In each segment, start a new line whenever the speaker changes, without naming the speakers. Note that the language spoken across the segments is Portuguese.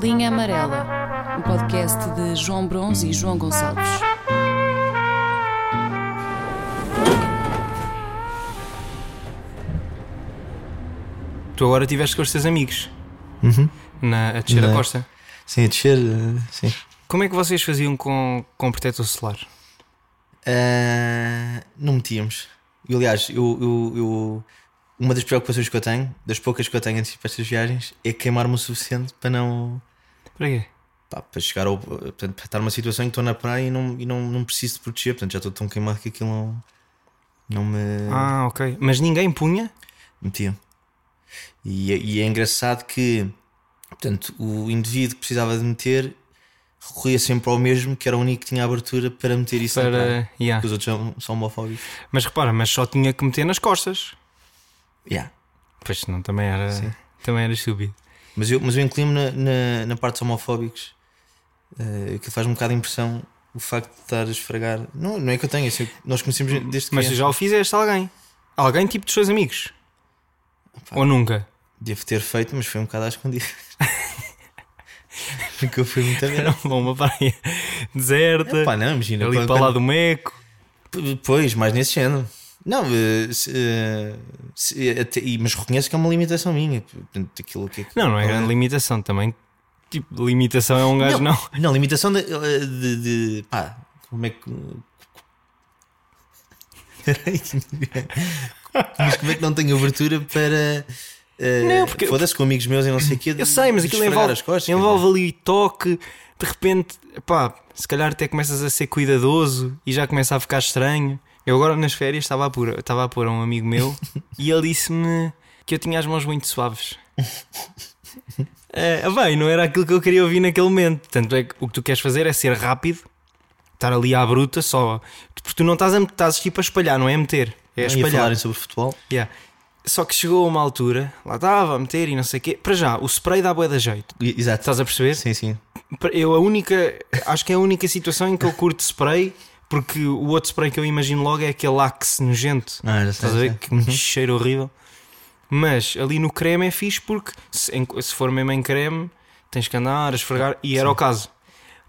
Linha Amarela, um podcast de João Bronze e João Gonçalves.
Tu agora estiveste com os teus amigos
Uhum.
na, a descer a
Não.
costa.
Sim, a descer, eh, sim.
Como é que vocês faziam com, com protetor solar?
Ah, não metíamos. E, aliás, eu, eu- eu- uma das preocupações que eu tenho, das poucas que eu tenho antes para estas viagens, é queimar-me o suficiente para não.
Para quê?
pá, para chegar ao. Portanto, para estar numa situação em que estou na praia e não, e não, não preciso de proteger. Portanto, já estou tão queimado que aquilo não. Não me.
Ah, ok. Mas ninguém punha?
metiam. E, é- e é engraçado que, portanto, o indivíduo que precisava de meter recorria sempre ao mesmo, que era o único que tinha abertura para meter isso na praia.
Para. Yeah.
Porque os outros são, são homofóbicos.
Mas repara, mas só tinha que meter nas costas.
Yeah.
Pois não, também era.
Sim.
Também era estúpido.
Mas eu, mas eu inclino na, na, na parte dos homofóbicos, eh, que faz um bocado de impressão o facto de estar a esfregar. Não, não é que eu tenha, eu sei- nós conhecemos desde que.
Mas tu já o fizeste a alguém. Alguém tipo dos teus amigos. Ou nunca.
Devo ter feito, mas foi um bocado à escondida. Porque eu fui muito
Era
a
uma praia deserta.
Pá, não, imagina.
ali
quando-
para lá
quando-
do Meco.
P- Pois, mais nesse género. Não, eh, se, eh, se, eh, até- e- mas reconheço que é uma limitação minha. Portanto, aquilo que
Não, não é grande limitação também. Tipo, limitação é um gajo, não.
Não, limitação de, eh, de- de- Pá, como é que. mas como é que não tenho abertura para. eh,
Não, porque-
Foda-se com amigos meus e não sei o quê. de-
Eu sei, mas
de
aquilo
esfregar
envolve,
as costas, quer dizer.
envolve ali toque, de repente, pá, se calhar até começas a ser cuidadoso e já começa a ficar estranho. Eu agora nas férias estava a pôr, estava a, pôr a um amigo meu e ele disse-me que eu tinha as mãos muito suaves. Ah, bem, não era aquilo que eu queria ouvir naquele momento. Portanto, é que o que tu queres fazer é ser rápido, estar ali à bruta, só. Porque tu não estás a estás tipo a espalhar, não é a meter, é a
Não ia
espalhar.
falarem sobre futebol.
Yeah. Só que chegou a uma altura, lá estava a meter e não sei o quê. Para já, o spray dá boa da jeito.
E- Exato.
Estás a perceber?
Sim, sim.
Eu a única, acho que é a única situação em que eu curto spray, porque o outro spray que eu imagino logo é aquele Axe nojento.
Ah, já sei,
Estás a ver?
já sei.
Que cheiro horrível. Mas ali no creme é fixe porque se, em- se for mesmo em creme, tens que andar a esfregar. E era o caso.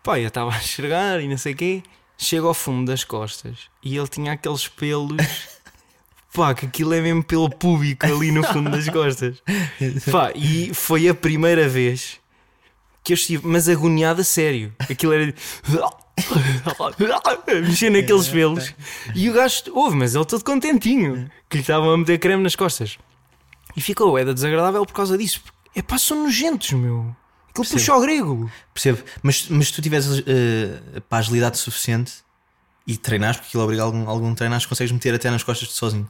Pá, eu estava a esfregar e não sei o quê. Chego ao fundo das costas e ele tinha aqueles pelos. Pá, que aquilo é mesmo pelo público ali no fundo das costas. Pá, e foi a primeira vez que eu estive, mas agoniado a sério. Aquilo era. de- Mexer naqueles pelos. E o gajo, ouve, mas ele todo contentinho que lhe estavam a meter creme nas costas. E ficou, é da desagradável por causa disso. É pá, são nojentos, meu. Aquilo puxa ao grego.
Percebo. Mas, mas se tu tiveres eh, pá, agilidade suficiente e treinares, porque aquilo obriga algum, algum treino, acho que consegues meter até nas costas de sozinho.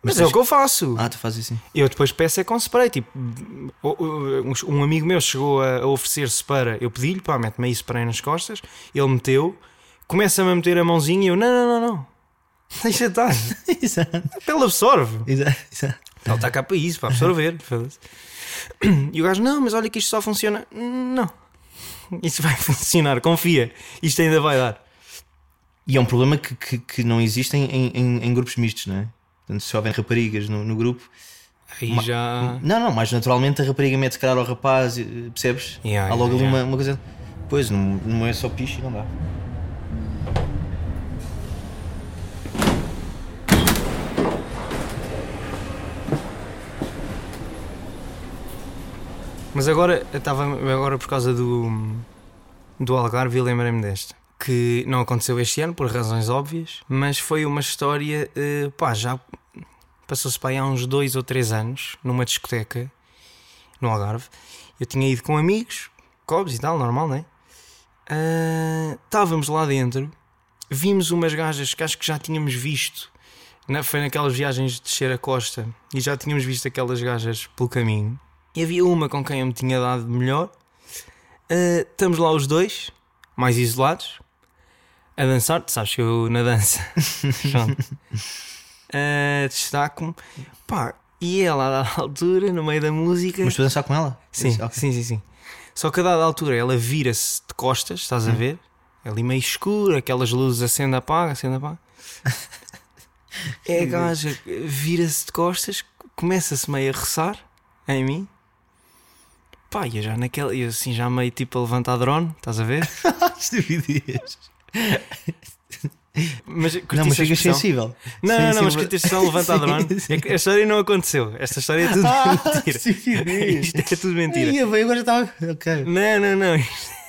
Mas, é
tens-
o que eu faço.
Ah, tu fazes assim.
Eu depois peço é com spray. Tipo, o- o- um amigo meu chegou a a oferecer-se para. Eu pedi-lhe, pá, mete-me aí spray nas costas. Ele meteu, começa-me a meter a mãozinha e eu, não, não, não, não. Deixa estar.
exato,
Ele absorve.
exato, exato.
Ele está cá para isso, para absorver. foda-se. E o gajo, não, mas olha que isto só funciona. Não. Isso vai funcionar, confia. Isto ainda vai dar.
E é um problema que, que, que não existe em, em- em- em grupos mistos, não é? Portanto, se houver raparigas no, no grupo.
Aí já.
Não, não, mais naturalmente a rapariga mete se calhar ao rapaz, eh, percebes?
Yeah,
Há logo
yeah,
ali
yeah.
Uma, uma coisa. Pois, não, não é só piche, não dá.
Mas agora, eu estava agora por causa do, do Algarve, eu lembrei-me desta. Que não aconteceu este ano, por razões óbvias, mas foi uma história, eh, pá, já passou-se para aí há uns dois ou três anos, numa discoteca, no Algarve. Eu tinha ido com amigos, cobres e tal, normal, não é? Ah, estávamos lá dentro, vimos umas gajas que acho que já tínhamos visto, na, foi naquelas viagens de descer a costa, e já tínhamos visto aquelas gajas pelo caminho. E havia uma com quem eu me tinha dado de melhor. Ah, estamos lá os dois, mais isolados, a dançar. Tu sabes que eu na dança. Pronto. Ah, Destaco-me. Pá, e ela, à altura, no meio da música.
Mas tu dançar com ela?
Sim,
Ok.
sim, sim, sim. Só que a dada altura ela vira-se de costas, estás
Hum.
a ver? Ali meio escuro, aquelas luzes acende, apaga, acende, apaga. É a gaja, vira-se de costas, começa-se meio a roçar em mim Pá, ia já naquela, ia assim já meio tipo a levantar drone, estás a ver?
As dividias.
Mas curti
Não, mas
essa
ficas
expressão.
sensível.
Não,
Sim,
não,
sim,
não, mas curti a expressão levantar drone. É que A história não aconteceu. Esta história é tudo
Ah,
mentira.
as dividias.
Isto é tudo mentira.
Ia bem, agora estava. Ok.
Não, não, não.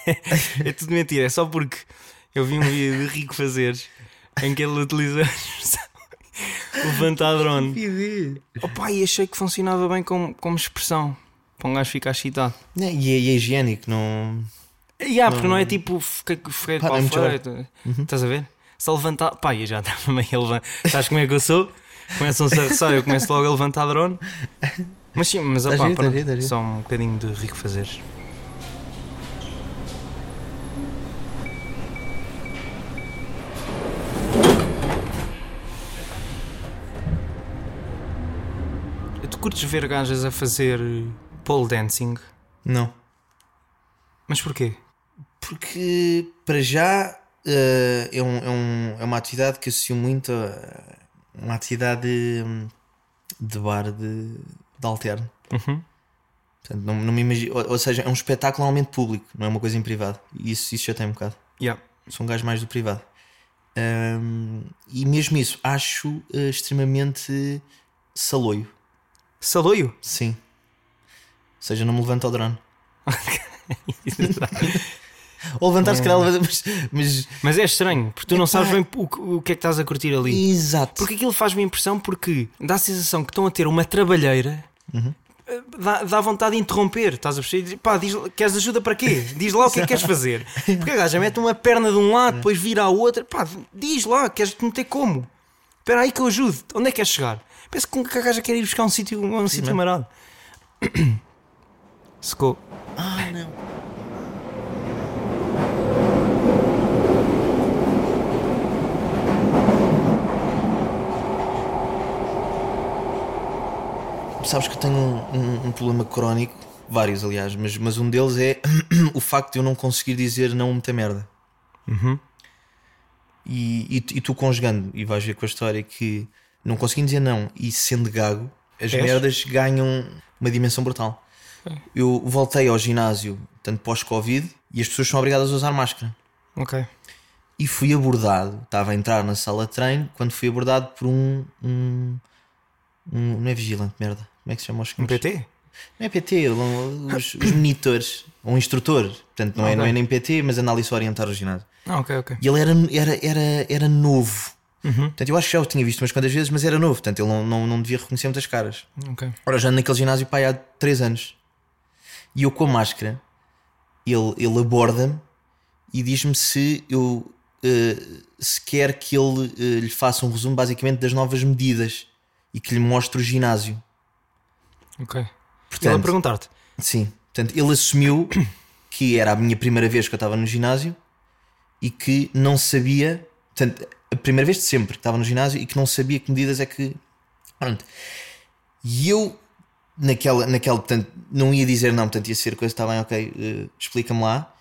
É tudo mentira. É só porque eu vi um vídeo de Rico fazer em que ele utiliza a expressão levantar drone.
Dividir.
Opa, e achei que funcionava bem como, como expressão para um gajo ficar excitado.
Não, E é, e é higiênico, não.
E há, porque não é tipo fiquei fiquei
Pá,
para
é muito
fora. então, Estás a ver? Se levantar. Pá, eu já estava meio a levantar. Sabes como é que eu sou? Começam-se a ressar, eu começo logo a levantar drone. Mas sim, mas
Tá
opá,
giro, tá
pronto,
giro, tá giro.
só um bocadinho de rico fazeres. Tu curtes ver gajas a fazer pole dancing?
Não.
Mas porquê?
Porque, para já, eh, é, um- é um- é uma atividade que associo muito a uma atividade hum, de bar de, de alterno.
Uhum.
Portanto, não, não me imagino, ou, ou seja, é um espetáculo normalmente público, não é uma coisa em privado. E isso, isso já tem um bocado.
Yeah.
Sou um gajo mais do privado. Hum, e mesmo isso, acho eh, extremamente saloio.
Saloio?
Sim. Ou seja, não me levanto ao drone. Ou levantar, se calhar, levanta, mas. mas...
Mas é estranho, porque tu não sabes bem o que, o que é que estás a curtir ali.
Exato.
Porque aquilo faz-me impressão porque dá a sensação que estão a ter uma trabalheira. eh, Dá, dá vontade de interromper, estás a perceber? Diz, Pá, diz, queres ajuda para quê? Diz lá o que é que queres fazer. Porque a gaja mete uma perna de um lado, depois vira a outra. Pá, diz lá, queres te meter como? Espera aí que eu ajudo. Onde é que queres chegar? Parece que a gaja quer ir buscar um sítio um sítio marado. Secou.
Ah, não. Sabes que eu tenho um, um- um problema crónico, vários aliás, mas, mas um deles é o facto de eu não conseguir dizer não muita merda. E, e, tu- e tu conjugando, e vais ver com a história que não conseguindo dizer não e sendo gago, as
És?
merdas ganham uma dimensão brutal. Eu voltei ao ginásio, tanto pós-Covid, e as pessoas são obrigadas a usar máscara.
Ok.
E fui abordado, estava a entrar na sala de treino, quando fui abordado por um. um, um- não é vigilante, merda. Como é que se chama os
Um PT?
Não é PT, ele é um- os, os monitores, um instrutor. Portanto, não, é, não é
Ok.
nem PT, mas anda ali só a orientar o ginásio.
Ah, ok, ok.
E ele era, era, era, era novo. Portanto, eu acho que já o tinha visto umas quantas vezes, mas era novo. Portanto, ele não, não, não devia reconhecer muitas caras.
Ok.
Ora, eu já ando naquele ginásio pai há 3 anos. E eu com a máscara, ele, ele aborda-me e diz-me se eu eh, se quer que ele eh, lhe faça um resumo basicamente das novas medidas e que lhe mostre o ginásio.
Ok. Ele a
Portanto,
perguntar-te.
Sim, portanto, ele assumiu que era a minha primeira vez que eu estava no ginásio e que não sabia, portanto, a primeira vez de sempre que estava no ginásio e que não sabia que medidas é que. Pronto. E eu, naquela, naquela portanto, não ia dizer não, portanto, ia ser coisa, está bem, ok, eh, explica-me lá.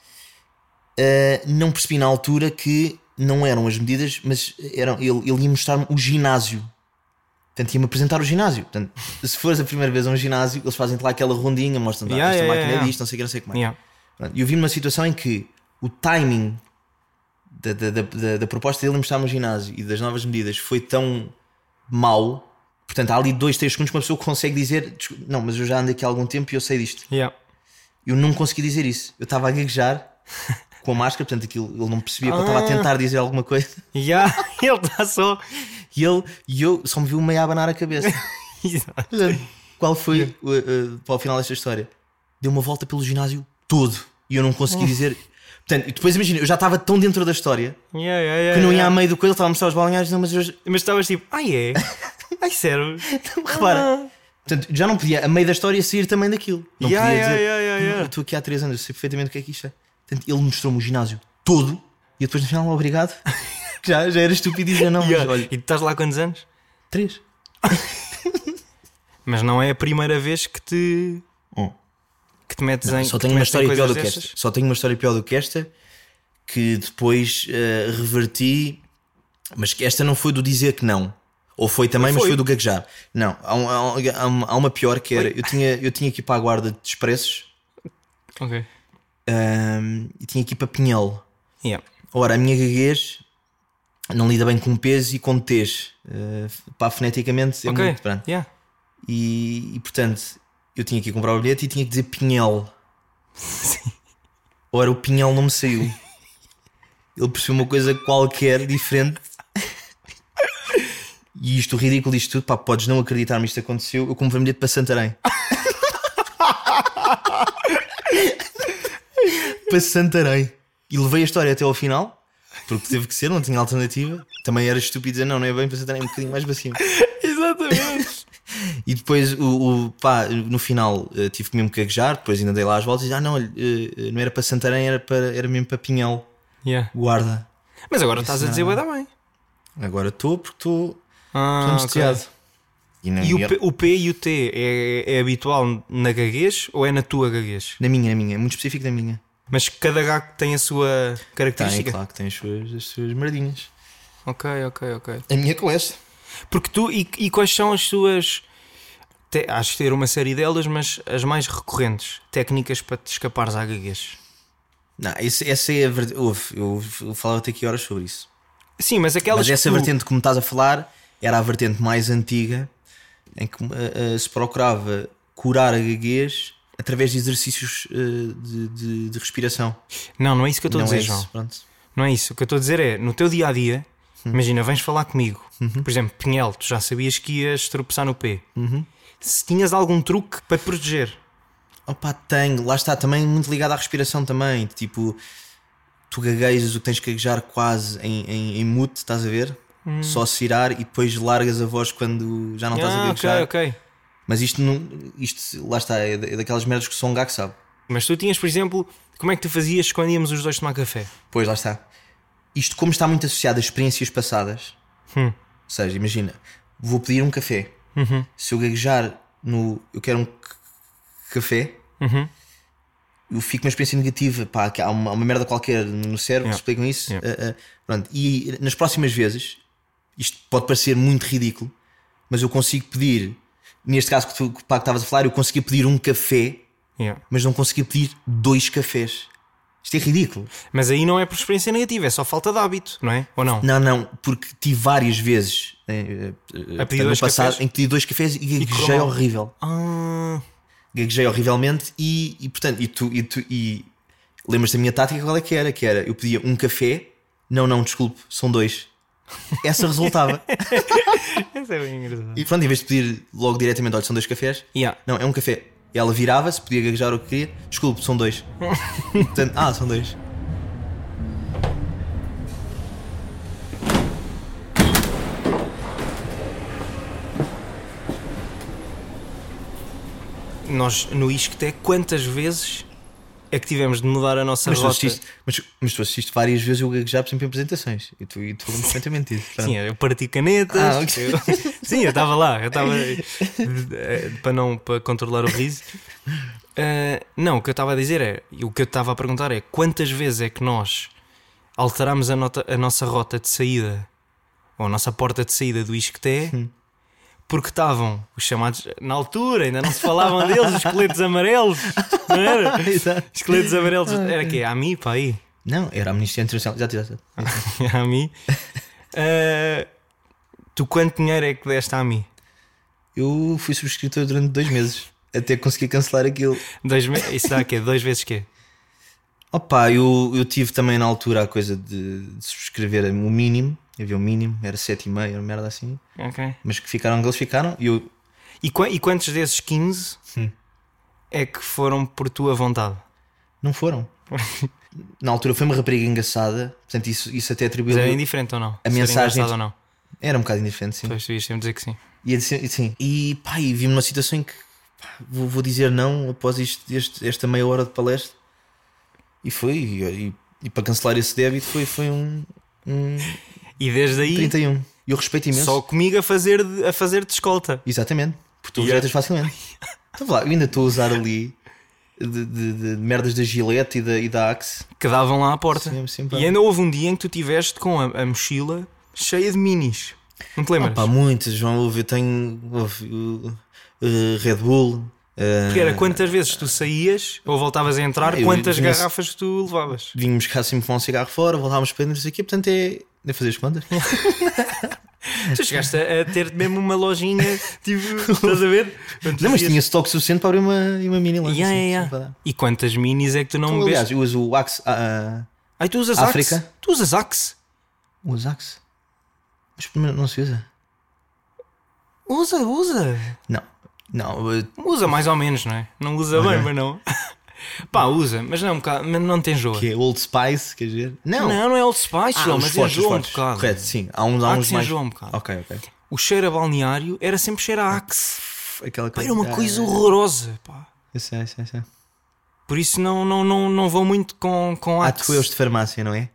Eh, não percebi na altura que não eram as medidas, mas eram, ele, ele ia mostrar-me o ginásio. Portanto, ia-me apresentar o ginásio. Portanto, se fores a primeira vez a um ginásio, eles fazem-te lá aquela rondinha, mostram-te ah,
Yeah,
esta
yeah,
máquina
yeah,
é disto, não sei o que, não sei o que mais.
Yeah.
Pronto, E eu vi numa situação em que o timing da, da, da, da- da proposta dele em mostrar-me o ginásio e das novas medidas foi tão mau. Portanto, há ali dois, três segundos que uma pessoa consegue dizer: "Desculpa, Não, mas eu já ando aqui há algum tempo e eu sei disto.
Yeah.
Eu não consegui dizer isso. Eu estava a gaguejar com a máscara, portanto, aquilo, ele não percebia que eu estava a tentar dizer alguma coisa.
Yeah. Ele está só.
E ele, e eu só me viu meio a abanar a cabeça.
Exato.
Portanto, Qual foi o- eh, para o final desta história? Deu uma volta pelo ginásio todo e eu não
Oh.
consegui dizer. Portanto, e depois imagina, eu já estava tão dentro da história
Yeah, yeah, yeah,
que não ia
yeah.
a meio do coisa, ele estava a mostrar os balneários, não, mas eu já-
Mas estavas tipo, ai é? Ai sério?
repara. Portanto, já Então não podia, a meio da história, sair também daquilo. Não
Yeah,
podia
yeah,
dizer.
yeah, yeah,
"Não,
yeah."
Eu estou aqui há 3 anos, eu sei perfeitamente o que é que isto é. Portanto, ele mostrou-me o ginásio todo e eu depois no final, obrigado. que já, já era estúpido dizer não, mas
Yeah.
olha,
E tu estás lá há quantos anos?
3.
Mas não é a primeira vez que te, que te metes em.
Oh. Só
que te
tenho uma
metes em
história pior
coisas
do que esta.
destas.
Só tenho uma história pior do que esta que depois eh, reverti, mas que esta não foi do dizer que não. Ou foi também, mas
Foi.
foi do é gaguejar. um, Não, há, um- há um- há uma- há uma pior que era. Eu tinha, eu tinha que ir para a guarda de expressos
Ok.
Ahm, e tinha que ir para Pinhel.
Yeah.
Ora, a minha gaguez não lida bem com P's e com T's. Eh, pá, foneticamente é
ok.
muito. Pronto.
yeah.
E, e, portanto, eu tinha que ir comprar o bilhete e tinha que dizer Pinhel. Ora, o Pinhel não me saiu. Ele percebeu uma coisa qualquer diferente. E isto, o ridículo disto tudo, pá, podes não acreditar-me, isto aconteceu. Eu comprei um bilhete para Santarém. para Santarém. E levei a história até ao final, porque teve que ser, não tinha alternativa. Também era estúpido dizer, não, não é bem para Santarém, é um bocadinho mais bacio.
Exatamente.
E depois, o, o- pá, no final eh, tive que mesmo caguejar, depois ainda dei lá as voltas e disse, ah não, olha, eh, não era para Santarém, era, para, era mesmo para Pinhel,
yeah.
guarda.
Mas agora estás a dizer bué da bem.
Agora estou porque é. estou É
Ah,
anestesiado.
ok.
E, na,
E o
minha-
P, o P e o T é, é habitual na gaguez ou é na tua gaguez?
na minha, na minha, é muito específico da minha.
Mas cada H tem a sua
Tem,
característica.
claro que tem as suas, as suas merdinhas.
Ok, ok, ok.
A minha com esta.
Porque tu, e, e quais são as suas. Te, acho que ter uma série delas, mas as mais recorrentes. Técnicas para te escapares à gaguez.
Não, esse- essa é a verdade. Ouve, eu, eu falava até aqui horas sobre isso.
Sim, mas aquelas.
Mas essa
que tu-
vertente que me estás a falar era a vertente mais antiga em que eh, eh, se procurava curar a gaguez através de exercícios eh, de, de- de respiração.
Não, não é isso que eu estou a
Não
dizer,
é
João.
isso. Pronto.
Não é isso. O que eu estou a dizer é, no teu dia a dia,
Uhum.
imagina, vens falar comigo. Por exemplo, Pinhel, tu já sabias que ias tropeçar no P.
Uhum.
Se tinhas algum truque para te proteger.
Opa, tenho. Lá está também muito ligado à respiração também. Tipo, tu gaguejas o que tens que gaguejar quase em, em, em mute, estás a ver?
Hum.
Só cirar e depois largas a voz quando já não estás a
ah, ok,
gaguejar.
ok.
Mas isto, não, isto, lá está, é, da- é daquelas merdas que só um gago sabe.
Mas tu tinhas, por exemplo, como é que tu fazias quando íamos os dois tomar café?
Pois, lá está. Isto, como está muito associado a experiências passadas,
Hum.
ou seja, imagina, vou pedir um café.
Uhum.
Se eu gaguejar no eu quero um c- café, Uhum. eu fico uma experiência negativa. Pá, que há uma, há uma merda qualquer no cérebro,
Yeah.
explicam isso.
Yeah.
ah, ah, pronto. E nas próximas vezes, isto pode parecer muito ridículo, mas eu consigo pedir, neste caso que tu que, pá, que estavas a falar, eu conseguia pedir um café,
Yeah.
mas não conseguia pedir dois cafés. Isto é ridículo.
Mas aí não é por experiência negativa, é só falta de hábito, não é? Ou não?
Não, não, porque tive várias vezes eh, eh,
A pedir
no
dois
passado
cafés?
em que pedi dois cafés e
correu
gaguejei
mal.
horrível.
Ah,
Gaguejei horrivelmente e, e, portanto, e tu, e tu e lembras da minha tática qual é que era? Que era eu pedia um café, não, não, desculpe, são dois. Essa resultava.
essa é bem engraçada.
e pronto, em vez de pedir logo diretamente, olha, são dois cafés,
Yeah.
não, é um café. Ela virava-se, podia gaguejar o que queria, desculpe, são dois. E, portanto, ah, são dois.
Nós no Isqueté, quantas vezes é que tivemos de mudar a nossa
Mas tu,
rota?
assististe, mas, mas tu assististe várias vezes eu gaguejar, por exemplo, em apresentações. E tu, e tu completamente isso.
Sim, é. eu parti canetas.
É. Ah, ok.
eu- sim, eu estava lá, eu estava para não para controlar o riso. Ah, não, o que eu estava a dizer é, e o que eu estava a perguntar é quantas vezes é que nós alterámos a, nota- a nossa rota de saída ou a nossa porta de saída do Isqueté
Hum.
porque estavam os chamados na altura, ainda não se falavam deles, os coletes amarelos, não era?
Exato.
Os coletes amarelos
Ah,
era que A mim, para aí.
Não, era a Ministério Internacional. Já tiraste.
a mim. Ah, tu quanto dinheiro é que deste a mim?
Eu fui subscritor durante dois meses até conseguir cancelar aquilo.
Dois me... Isso dá o quê? Dois vezes quê?
Opa, eu, eu tive também na altura a coisa de, de subscrever o mínimo. Havia um mínimo, era 7,5, era uma merda assim.
Ok.
Mas que ficaram, eles ficaram. E eu,
E, qua- e quantos desses 15
Hum.
é que foram por tua vontade?
não foram. na altura foi uma rapariga engraçada. Portanto, isso, isso até
Mas
atribuiu.
era indiferente ou não?
A
Ser
mensagem-
engraçado ou não?
Era um bocado indiferente, sim.
Pois devias sempre dizer que sim.
E, a dizer- sim. e pá, e vi-me numa situação em que pá, vou, vou dizer não após isto- este- esta meia hora de palestra. E foi, e, e- e para cancelar esse débito foi, foi um, um
E desde aí,
31. E eu respeito imenso.
só comigo a fazer de, a fazer de escolta.
Exatamente, porque tu
Yeah.
rejeitas facilmente. Então vá lá, eu ainda estou a usar ali de, de- de merdas da Gillette e da, e da Axe.
Que davam lá à porta.
Sim, sim, pá.
e ainda houve um dia em que tu tiveste com a, a mochila cheia de minis. Não te lembras?
Pá, muitas, João, houve, eu tenho houve, uh, uh, eh, Red Bull,
Porque era quantas vezes tu saías ou voltavas a entrar,
Eu-
quantas
nesse-
garrafas tu levavas.
Vínhamos cá sempre com um cigarro fora, voltávamos para dentro, não sei o quê, portanto é. Deve fazer as contas?
Tu chegaste a, a ter mesmo uma lojinha, tipo, estás a ver?
Não, mas tinha estoque suficiente para abrir uma, uma mini lá.
Yeah,
assim,
yeah,
assim, para
yeah.
dar.
E quantas minis é que tu não
Então,
bebes?
aliás, eu uso o Axe. ah,
Ai, tu usas
África?
Axe? Tu usas Axe?
ah, uso Axe? Mas primeiro não se usa?
Usa, usa.
Não. Não, eh, eu-
Usa mais ou menos, não é? Não usa bem, mas não. Pá, usa, mas não, é um bocado- mas não tem jogo.
que é Old Spice, quer dizer? Não, Ah,
Não, não é Old Spice, João,
os
mas
fortes, os
enjoa um
fortes.
bocado.
Correto, sim. Há uns, há
Axe
uns mais.
enjoa um bocado.
Ok, Ah, ok.
O cheiro a balneário era sempre cheiro a Axe.
Aquela ah,
Pá, Era uma coisa horrorosa, pá.
Eu sei, eu sei, eu sei.
Por isso não, não, não, não vou muito com, com
Há
Axe.
Ah, tu de farmácia, não é?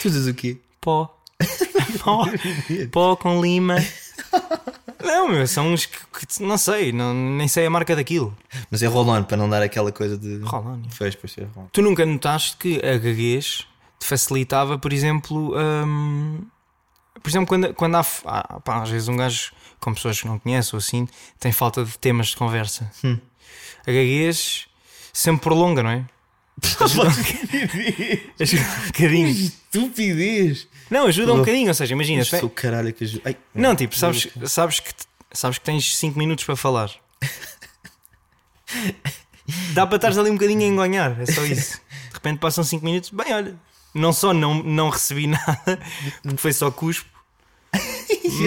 tu dizes o quê?
Pó. Pó. Pó com lima. Não, meu, são uns que, que não sei, não, nem sei a marca daquilo.
Mas é Rolon, para não dar aquela coisa de.
Rolon, é.
Fez por ser Rolon.
Tu nunca notaste que a gaguez te facilitava, por exemplo, hum, por exemplo, quando, quando há, f- há- pá, às vezes um gajo com pessoas que não conhece ou assim tem falta de temas de conversa. A gaguez sempre prolonga, não é? Ajuda um bocadinho.
Estupidez!
Não, ajuda um bocadinho, ou seja, imagina, tem-
Sou caralho que ajuda. Ai,
Não, tipo, sabes, sabes, que, sabes que tens 5 minutos para falar. Dá para estares ali um bocadinho a engonhar, é só isso. De repente passam 5 minutos, bem, olha, não só não, não recebi nada, porque foi só cuspo,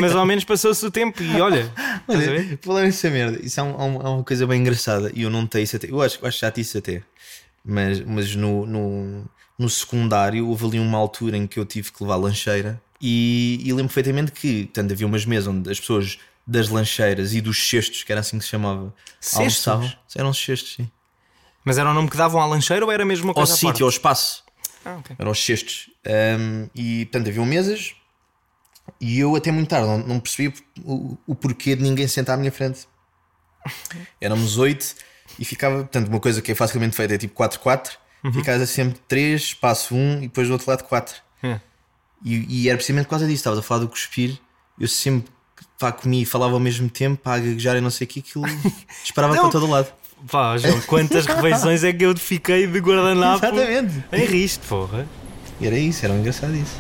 mas ao menos passou-se o tempo e olha, estás a ver?
Olha, falar nessa merda, isso é, um- é um- é uma coisa bem engraçada e eu não tenho isso até. Eu acho, eu acho que já tive isso até, mas, mas no, no, no secundário houve ali uma altura em que eu tive que levar lancheira e, e lembro perfeitamente que tanto havia umas mesas onde as pessoas das lancheiras e dos cestos, que era assim que se chamava,
Cestos?
almoçavam. Eram cestos, sim.
Mas era o nome que davam à lancheira ou era mesmo uma
Ao
coisa à parte?
sítio, ao espaço.
Ah, ok.
eram os cestos. Ahm, e portanto haviam mesas e eu até muito tarde não, não percebia o, o porquê de ninguém sentar à minha frente. Éramos oito e ficava, portanto, uma coisa que é facilmente feita é tipo 4-4,
Uhum.
ficava sempre 3, espaço 1 e depois do outro lado 4.
É.
E, e era precisamente por causa disso, estavas a falar do cuspir, eu sempre pá, comia e falava ao mesmo tempo, pá, a gaguejar e não sei o que, aquilo disparava
Não.
para todo lado.
Pá, João, quantas refeições é que eu fiquei de guardanapo
Exatamente.
em risto, porra?
E era isso, era um engraçado isso.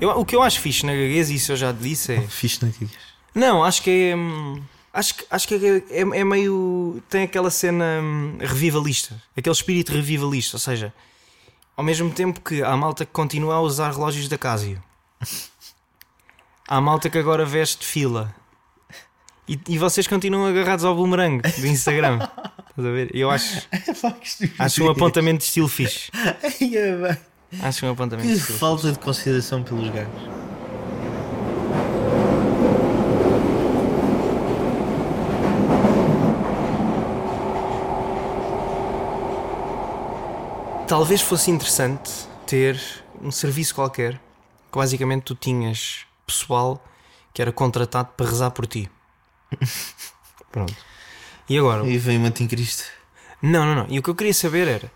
Eu- o que eu acho fixe na gaguez, e isso eu já te disse, é...
Fixe, não é que digas?
Não, acho que é. hum, Acho que, acho que é, é- é meio. Tem aquela cena hum, revivalista. Aquele espírito revivalista. Ou seja, ao mesmo tempo que há malta que continua a usar relógios da Casio, há malta que agora veste fila. E, e vocês continuam agarrados ao boomerang do Instagram. Estás a ver? Eu acho,
É Pá, que
acho um apontamento de estilo fixe.
Ai, é bem.
Acho um apontamento de
Que
estilo.
falta de consideração pelos gajos.
Talvez fosse interessante ter um serviço qualquer que basicamente tu tinhas pessoal que era contratado para rezar por ti. Pronto. E agora?
E vem o anticristo.
Não, não, não. E o que eu queria saber era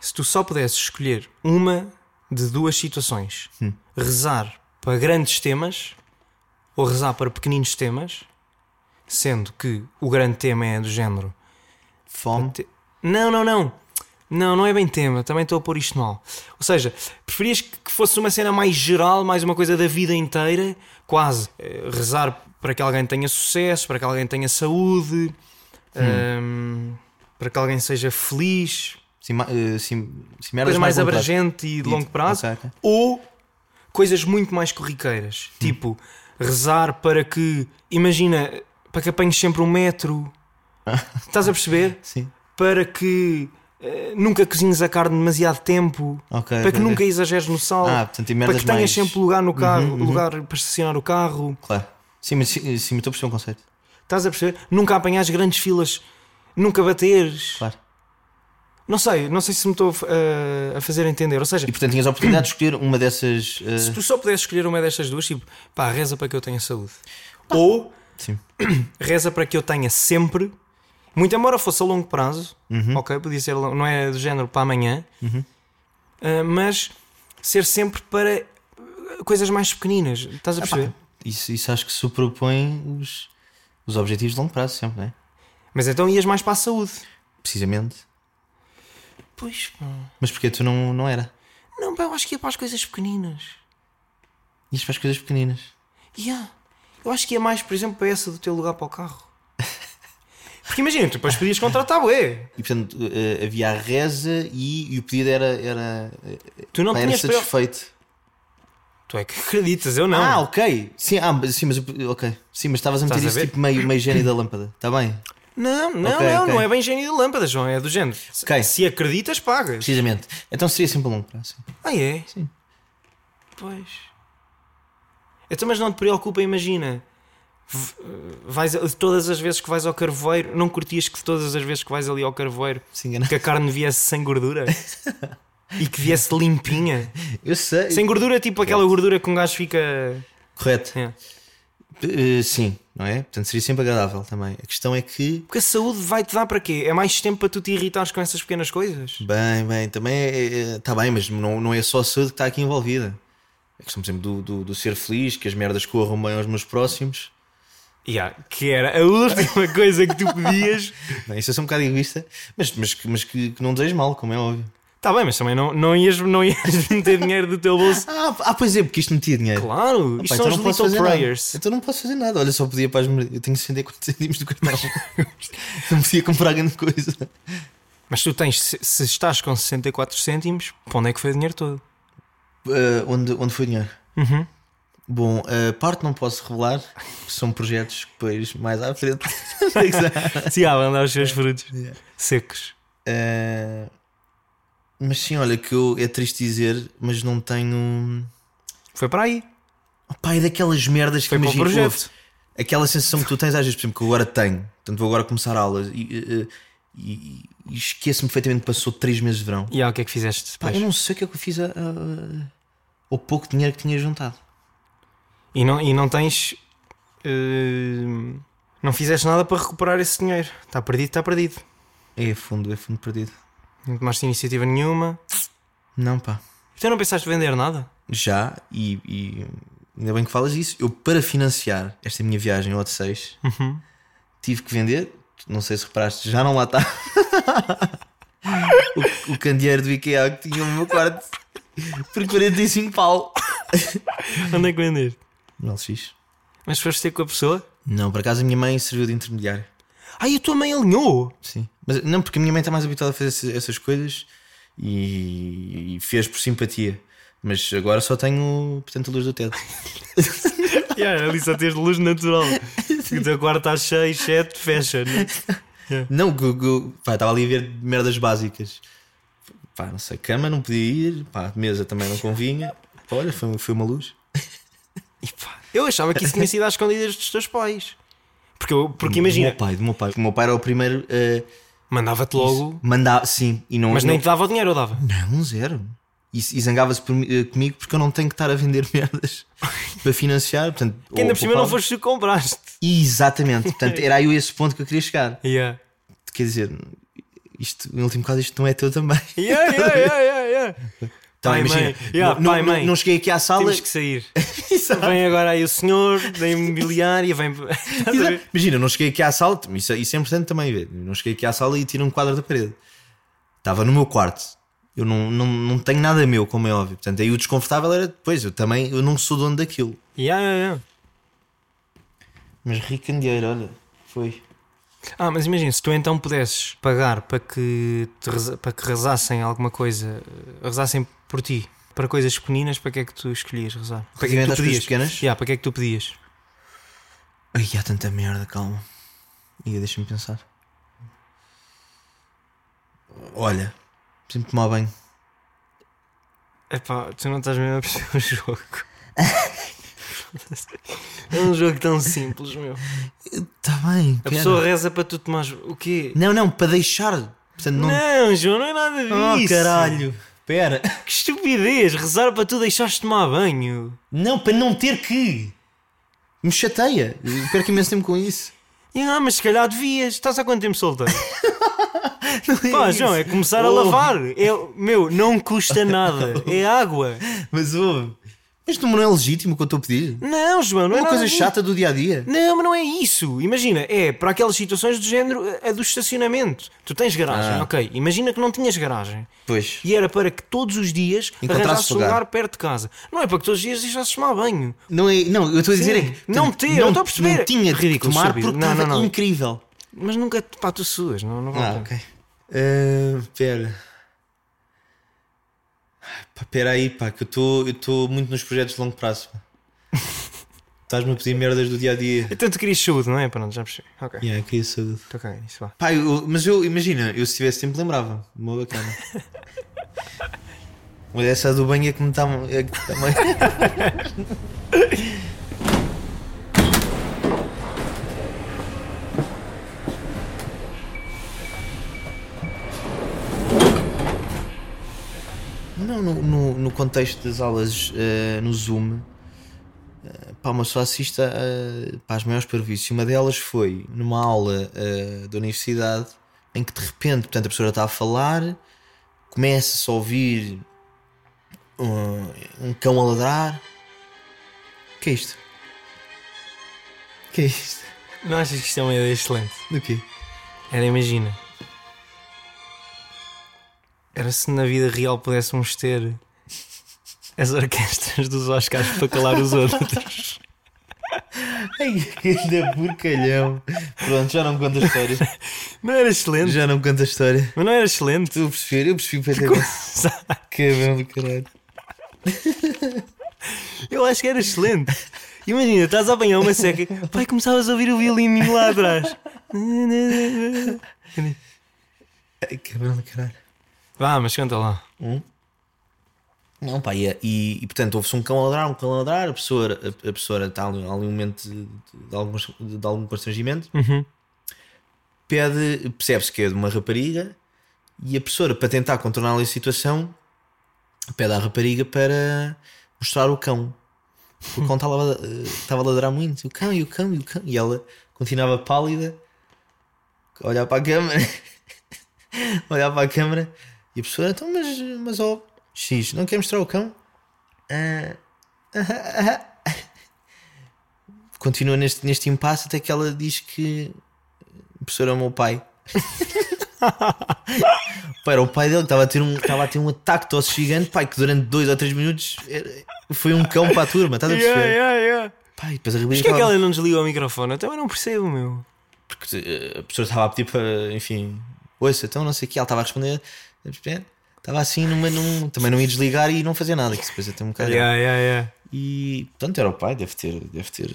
se tu só pudesses escolher uma de duas situações: rezar para grandes temas ou rezar para pequeninos temas, sendo que o grande tema é do género
Fome.
Te- Não, não, não. Não, não é bem tema. Também estou a pôr isto mal. Ou seja, preferias que que fosse uma cena mais geral, mais uma coisa da vida inteira, quase. eh, Rezar para que alguém tenha sucesso, para que alguém tenha saúde, ehm, para que alguém seja feliz.
Sim, ma- eh, sim, sim, merdas
Coisa mais,
longo prazo.
abrangente e de longo prazo.
Ok, ok.
Ou coisas muito mais corriqueiras. Tipo, rezar para que... Imagina, para que apanhes sempre um metro. Estás a perceber?
Sim.
para que eh, nunca cozinhes a carne demasiado tempo,
Ok,
para que
ok,
nunca
ok.
exageres no sal,
Ah, portanto, e
para
merdas
que tenhas
mais- Uhum,
sempre lugar no carro, lugar para estacionar o carro.
Claro. Sim, mas sim, sim, mas estou a perceber um conceito.
Estás a perceber? Nunca apanhares grandes filas, nunca bateres.
Claro.
Não sei, não sei se me estou eh, a fazer entender. Ou seja,
E portanto tinhas a oportunidade de escolher uma dessas. eh,
se tu só pudesses escolher uma destas duas, tipo, pá, reza para que eu tenha saúde. Ou
Sim.
reza para que eu tenha sempre, Uhum. muito embora fosse a longo prazo, ok? Podia ser, a long- não é do género para amanhã, Ah, mas ser sempre para ah, coisas mais pequeninas. Estás a perceber?
Isso, isso acho que superpõe os, os objetivos de longo prazo, sempre, não é?
Mas então ias mais para a saúde.
Precisamente.
Pois, pá.
Mas porque tu não, não era?
Não, pá, eu acho que ia para as coisas pequeninas.
Ias para as coisas pequeninas.
Yeah. Eu acho que ia mais, por exemplo, para essa do teu lugar para o carro. Porque imagina, tu depois podias contratar, ué.
E portanto eh, havia a reza e, e o pedido era, era, eh,
Tu não
pá, era
tinhas para...
satisfeito.
Tu é que acreditas, eu não.
Ah, ok. Sim, ah, mas- sim, mas eu- ok. Sim, mas estavas a meter
Estás a
isso
ver?
tipo meio, meio gênio da lâmpada. Está bem?
Não, não,
Ok,
não,
ok.
não é bem gênio de lâmpada, João, é do género. Se-
Ok.
Se acreditas, pagas.
Precisamente. Então seria sempre a longo prazo. sim.
Ah, é?
Sim.
Pois. Então, mas não te preocupa, imagina. V- eh, Vais, a- todas as vezes que vais ao carvoeiro, não curtias que todas as vezes que vais ali ao carvoeiro
Se engana.
que a carne viesse sem gordura e que viesse limpinha.
Eu sei.
Sem gordura, tipo aquela gordura que um gajo fica.
Correto.
É.
Eh, sim, não é? Portanto seria sempre agradável também. A questão é que.
Porque a saúde vai-te dar para quê? É mais tempo para tu te irritares com essas pequenas coisas?
Bem, bem, também é, está bem, mas não, não é só a saúde que está aqui envolvida. A questão, por exemplo, do, do, do ser feliz, que as merdas corram bem aos meus próximos.
Yeah, que era a última coisa que tu pedias.
Bem, isso é só um bocado egoísta, mas, mas, que- mas que, que não desejo mal, como é óbvio.
Tá bem, mas também não, não, ias, não ias meter dinheiro do teu bolso.
Ah, ah, pois é, porque isto não tinha dinheiro.
Claro,
Pá, então
isto são os little
fazer
prayers.
Nada. Então não posso fazer nada. Olha, só podia para as mer- Eu tenho 64 centímetros do canal. não podia comprar grande coisa.
Mas tu tens, se, se estás com 64 cêntimos, para onde é que foi o dinheiro todo?
Ah, onde, onde foi o dinheiro?
Uhum.
Bom, a parte não posso revelar, que são projetos que depois mais à frente.
Se há, vão ah, dar os seus frutos secos.
Ah, mas sim, olha, que eu é triste dizer, mas não tenho.
Foi para aí.
Pá, é daquelas merdas que
Foi para o
imagina,
projeto.
ouve, aquela sensação que tu tens às vezes, por exemplo, que eu agora tenho, portanto vou agora começar aulas e, e, e- e esqueço-me perfeitamente que passou 3 meses de verão.
E há o que é que fizeste?
Pá,
depois?
eu não sei o que é que eu fiz a- a- ao pouco dinheiro que tinha juntado.
E, não, e não tens. eh, não fizeste nada para recuperar esse dinheiro. Está perdido, está perdido.
É fundo, é fundo perdido.
Não tomaste iniciativa nenhuma.
Não, pá.
Então não pensaste vender nada?
Já, e, e ainda bem que falas isso, eu para financiar esta minha viagem ao de 6 tive que vender, não sei se reparaste, já não lá está o, o candeeiro do IKEA que tinha no meu quarto por 45 pau.
Onde é que vendeste?
No LX.
Mas foste ter com a pessoa?
Não, por acaso a minha mãe serviu de intermediário.
Ai, a tua mãe alinhou!
Sim. Mas, não, porque a minha mãe está mais habituada a fazer esse- essas coisas e, e fez por simpatia. Mas agora só tenho, portanto, a luz do teto.
Yeah, ali só tens luz natural. O teu quarto está cheio, sete, fecha. né?
Não, que- que- pá, estava ali a ver merdas básicas. Pá, não sei, cama não podia ir, pá, mesa também não convinha. Pá, Olha, foi, foi uma luz.
E pá, Eu achava que isso tinha sido às escondidas dos teus pais. Porque, eu- porque imagina,
Do meu pai, do meu pai. O meu pai era o primeiro. a
mandava-te logo,
mandar, sim, e não.
mas
não,
nem te dava o dinheiro, eu dava.
Não, um zero. E, e zangava-se por mim- eh, comigo porque eu não tenho que estar a vender merdas para financiar. Portanto,
Que ainda
ou
por cima não
poupava.
foste tu que compraste.
Exatamente, portanto, era aí esse ponto que eu queria chegar.
Yeah.
Quer dizer, isto, no último caso, isto não é teu também.
Yeah, yeah, yeah, yeah, yeah.
Então,
Pai,
imagina,
mãe. Yeah,
não- não,
pai, mãe.
não cheguei aqui à sala.
Temos que sair.
Exato.
Vem agora aí o senhor da imobiliária, vem. Estás a
Exato.
ver?
Imagina, eu não cheguei aqui à sala, isso, é- isso é importante também ver. Eu Não cheguei aqui à sala e tiro um quadro da parede. Estava no meu quarto. Eu não, não, não tenho nada meu, como é óbvio. Portanto, aí o desconfortável era depois. Eu também eu não sou dono daquilo.
Yeah, yeah, yeah.
Mas ricandeiro, olha, foi.
Ah, mas imagina, se tu então pudesses pagar para que, te reza- para que rezassem alguma coisa, eh, rezassem por ti, para coisas pequeninas, para que é que tu escolhias rezar? Para que é que
Relativamente
tu
às coisas
pedias?
pequenas?
Yeah, para que é que tu pedias?
Ai, há tanta merda, calma. E deixa-me pensar. Olha, sempre tomar banho.
Epá, tu não estás mesmo a perceber o jogo. é um jogo tão simples, meu.
Está Tá bem.
A
pera.
pessoa reza para tu tomares o quê?
Não, não, para deixar. Portanto, não.
Não, João, não é nada
Oh,
disso.
caralho. Pera.
Que estupidez! Rezar para tu deixares tomar banho.
Não, para não ter que. Me chateia. Eu perco imenso tempo com isso.
E, Ah, mas se calhar devias. Estás há quanto tempo solteiro?
Não é
Pá,
isso.
João, é começar a
Oh,
lavar. Eu, meu, não custa nada. É água.
Mas, ouve, mas não é legítimo o que eu estou a pedir?
Não, João, não
É
é
uma
nada
coisa
disso.
chata do dia a dia.
Não, mas não é isso. Imagina, é para aquelas situações do género a do estacionamento. Tu tens garagem,
Ah.
ok. Imagina que não tinhas garagem.
Pois.
E era para que todos os dias
Encontrasses
arranjasses um
lugar.
lugar perto de casa. Não é para que todos os dias deixasses tomar banho.
Não, é, não, eu estou a dizer
Sim,
é que.
não
te-
ter, eu estou a perceber.
Não tinha de
Ridículo,
tomar
estúpido.
porque
Não,
estava
não, não.
incrível.
Mas nunca pá, tu suas, não, não vale a
Ah,
pena.
ok. Ah, Pera. Ai, pá, Pera aí, pá, que eu estou eu estou muito nos projetos de longo prazo. pá. Estás-me a pedir merdas do dia a dia.
Então tu querias saúde, não é? Pronto, já percebi. Ok,
Yeah, queria saúde.
Então, ok, isso vá.
Pá, eu- mas eu, imagina, eu se tivesse tempo lembrava. Uma bacana. Mas essa do banho é que me está. É que tá mais- Não, no, no- no contexto das aulas eh, no Zoom, eh, pá, uma só assiste a, a- pá, às maiores parvícies. Uma delas foi numa aula eh, da universidade em que de repente, portanto, a professora está a falar, começa-se a ouvir um, um cão a ladrar. O que é isto? O que é isto?
Não achas que isto é uma ideia excelente?
Do quê?
Era, imagina. Era se na vida real pudéssemos ter as orquestras dos Oscars para calar os outros.
Ai, que grande porcalhão. Pronto, já não me conta a história.
Não era excelente?
Já não me conta a história.
Mas não era excelente?
Eu percebi, eu percebi perfeitamente. Que bem do caralho.
Eu acho que era excelente. Imagina, estás a apanhar uma seca, pai, começavas a ouvir o violininho lá atrás.
Ai, que bem do caralho.
Vá, mas canta lá.
Não, pá, e, e, e, portanto houve-se um cão a ladrar, um cão a ladrar, a pessoa, a, a pessoa está ali, há ali um momento de, de, alguns- de algum constrangimento, pede, percebe-se que é de uma rapariga, e a pessoa, para tentar contornar ali a situação, pede à rapariga para mostrar o cão. O cão estava, a lad- eh, estava a ladrar muito, e o cão, e o cão, e o cão, e ela continuava pálida, a olhar para a câmara olhar para a câmara e a pessoa, então, mas, mas ó, X, não quer mostrar o cão? Ah, ah, ah. Continua neste, neste impasse até que ela diz que a professora é o meu pai. Pá, era o pai dele que estava a ter um, estava a ter um ataque de tosse gigante, pai, que durante dois ou três minutos era- foi um cão para a turma, estás a perceber? Pai, depois a
Mas
Rebelião
que é que ela não desliga o microfone? Então Eu também não percebo, meu.
porque eh, a pessoa estava a pedir para, enfim, ouça, então não sei o que, ela estava a responder, estava assim numa, num, também não ia desligar e não fazer nada, que depois até um bocado.
Yeah, yeah, yeah.
E portanto era o pai, deve ter, deve ter.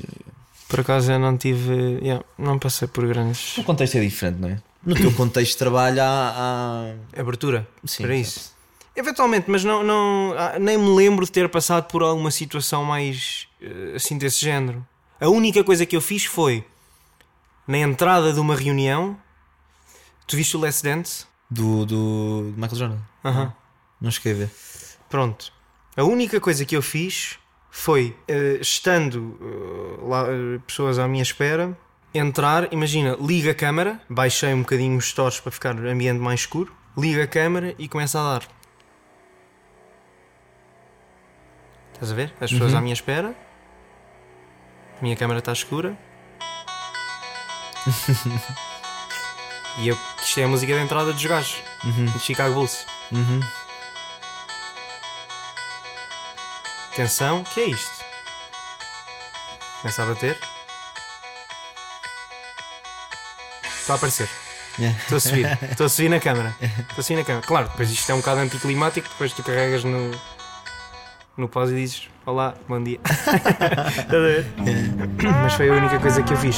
Por acaso eu não tive. yeah, não passei por grandes.
O contexto é diferente, não é? No teu contexto de trabalho há. há...
Abertura
Sim,
para
exato.
isso. Eventualmente, mas não, não, ah, nem me lembro de ter passado por alguma situação mais eh, assim desse género. A única coisa que eu fiz foi na entrada de uma reunião. Tu viste o Last Dance?
Do, do, do Michael Jordan.
Aham.
Não cheguei a ver.
Pronto. A única coisa que eu fiz foi, eh, estando eh, lá, eh, pessoas à minha espera, entrar, imagina, liga a câmara, baixei um bocadinho os tores para ficar o ambiente mais escuro, liga a câmara e começa a dar. Estás a ver? As pessoas à minha espera. A minha câmara está escura. e eu, isto é a música de entrada dos gajos. De Chicago Bulls. Atenção, que é isto? Começa a bater. Está a aparecer.
Yeah.
Estou a subir. Estou a subir na câmara. Estou a subir na câmara. Claro, depois isto é um bocado anticlimático, depois tu carregas no. no pause e dizes Olá, bom dia. Estás a ver? Mas foi a única coisa que eu fiz.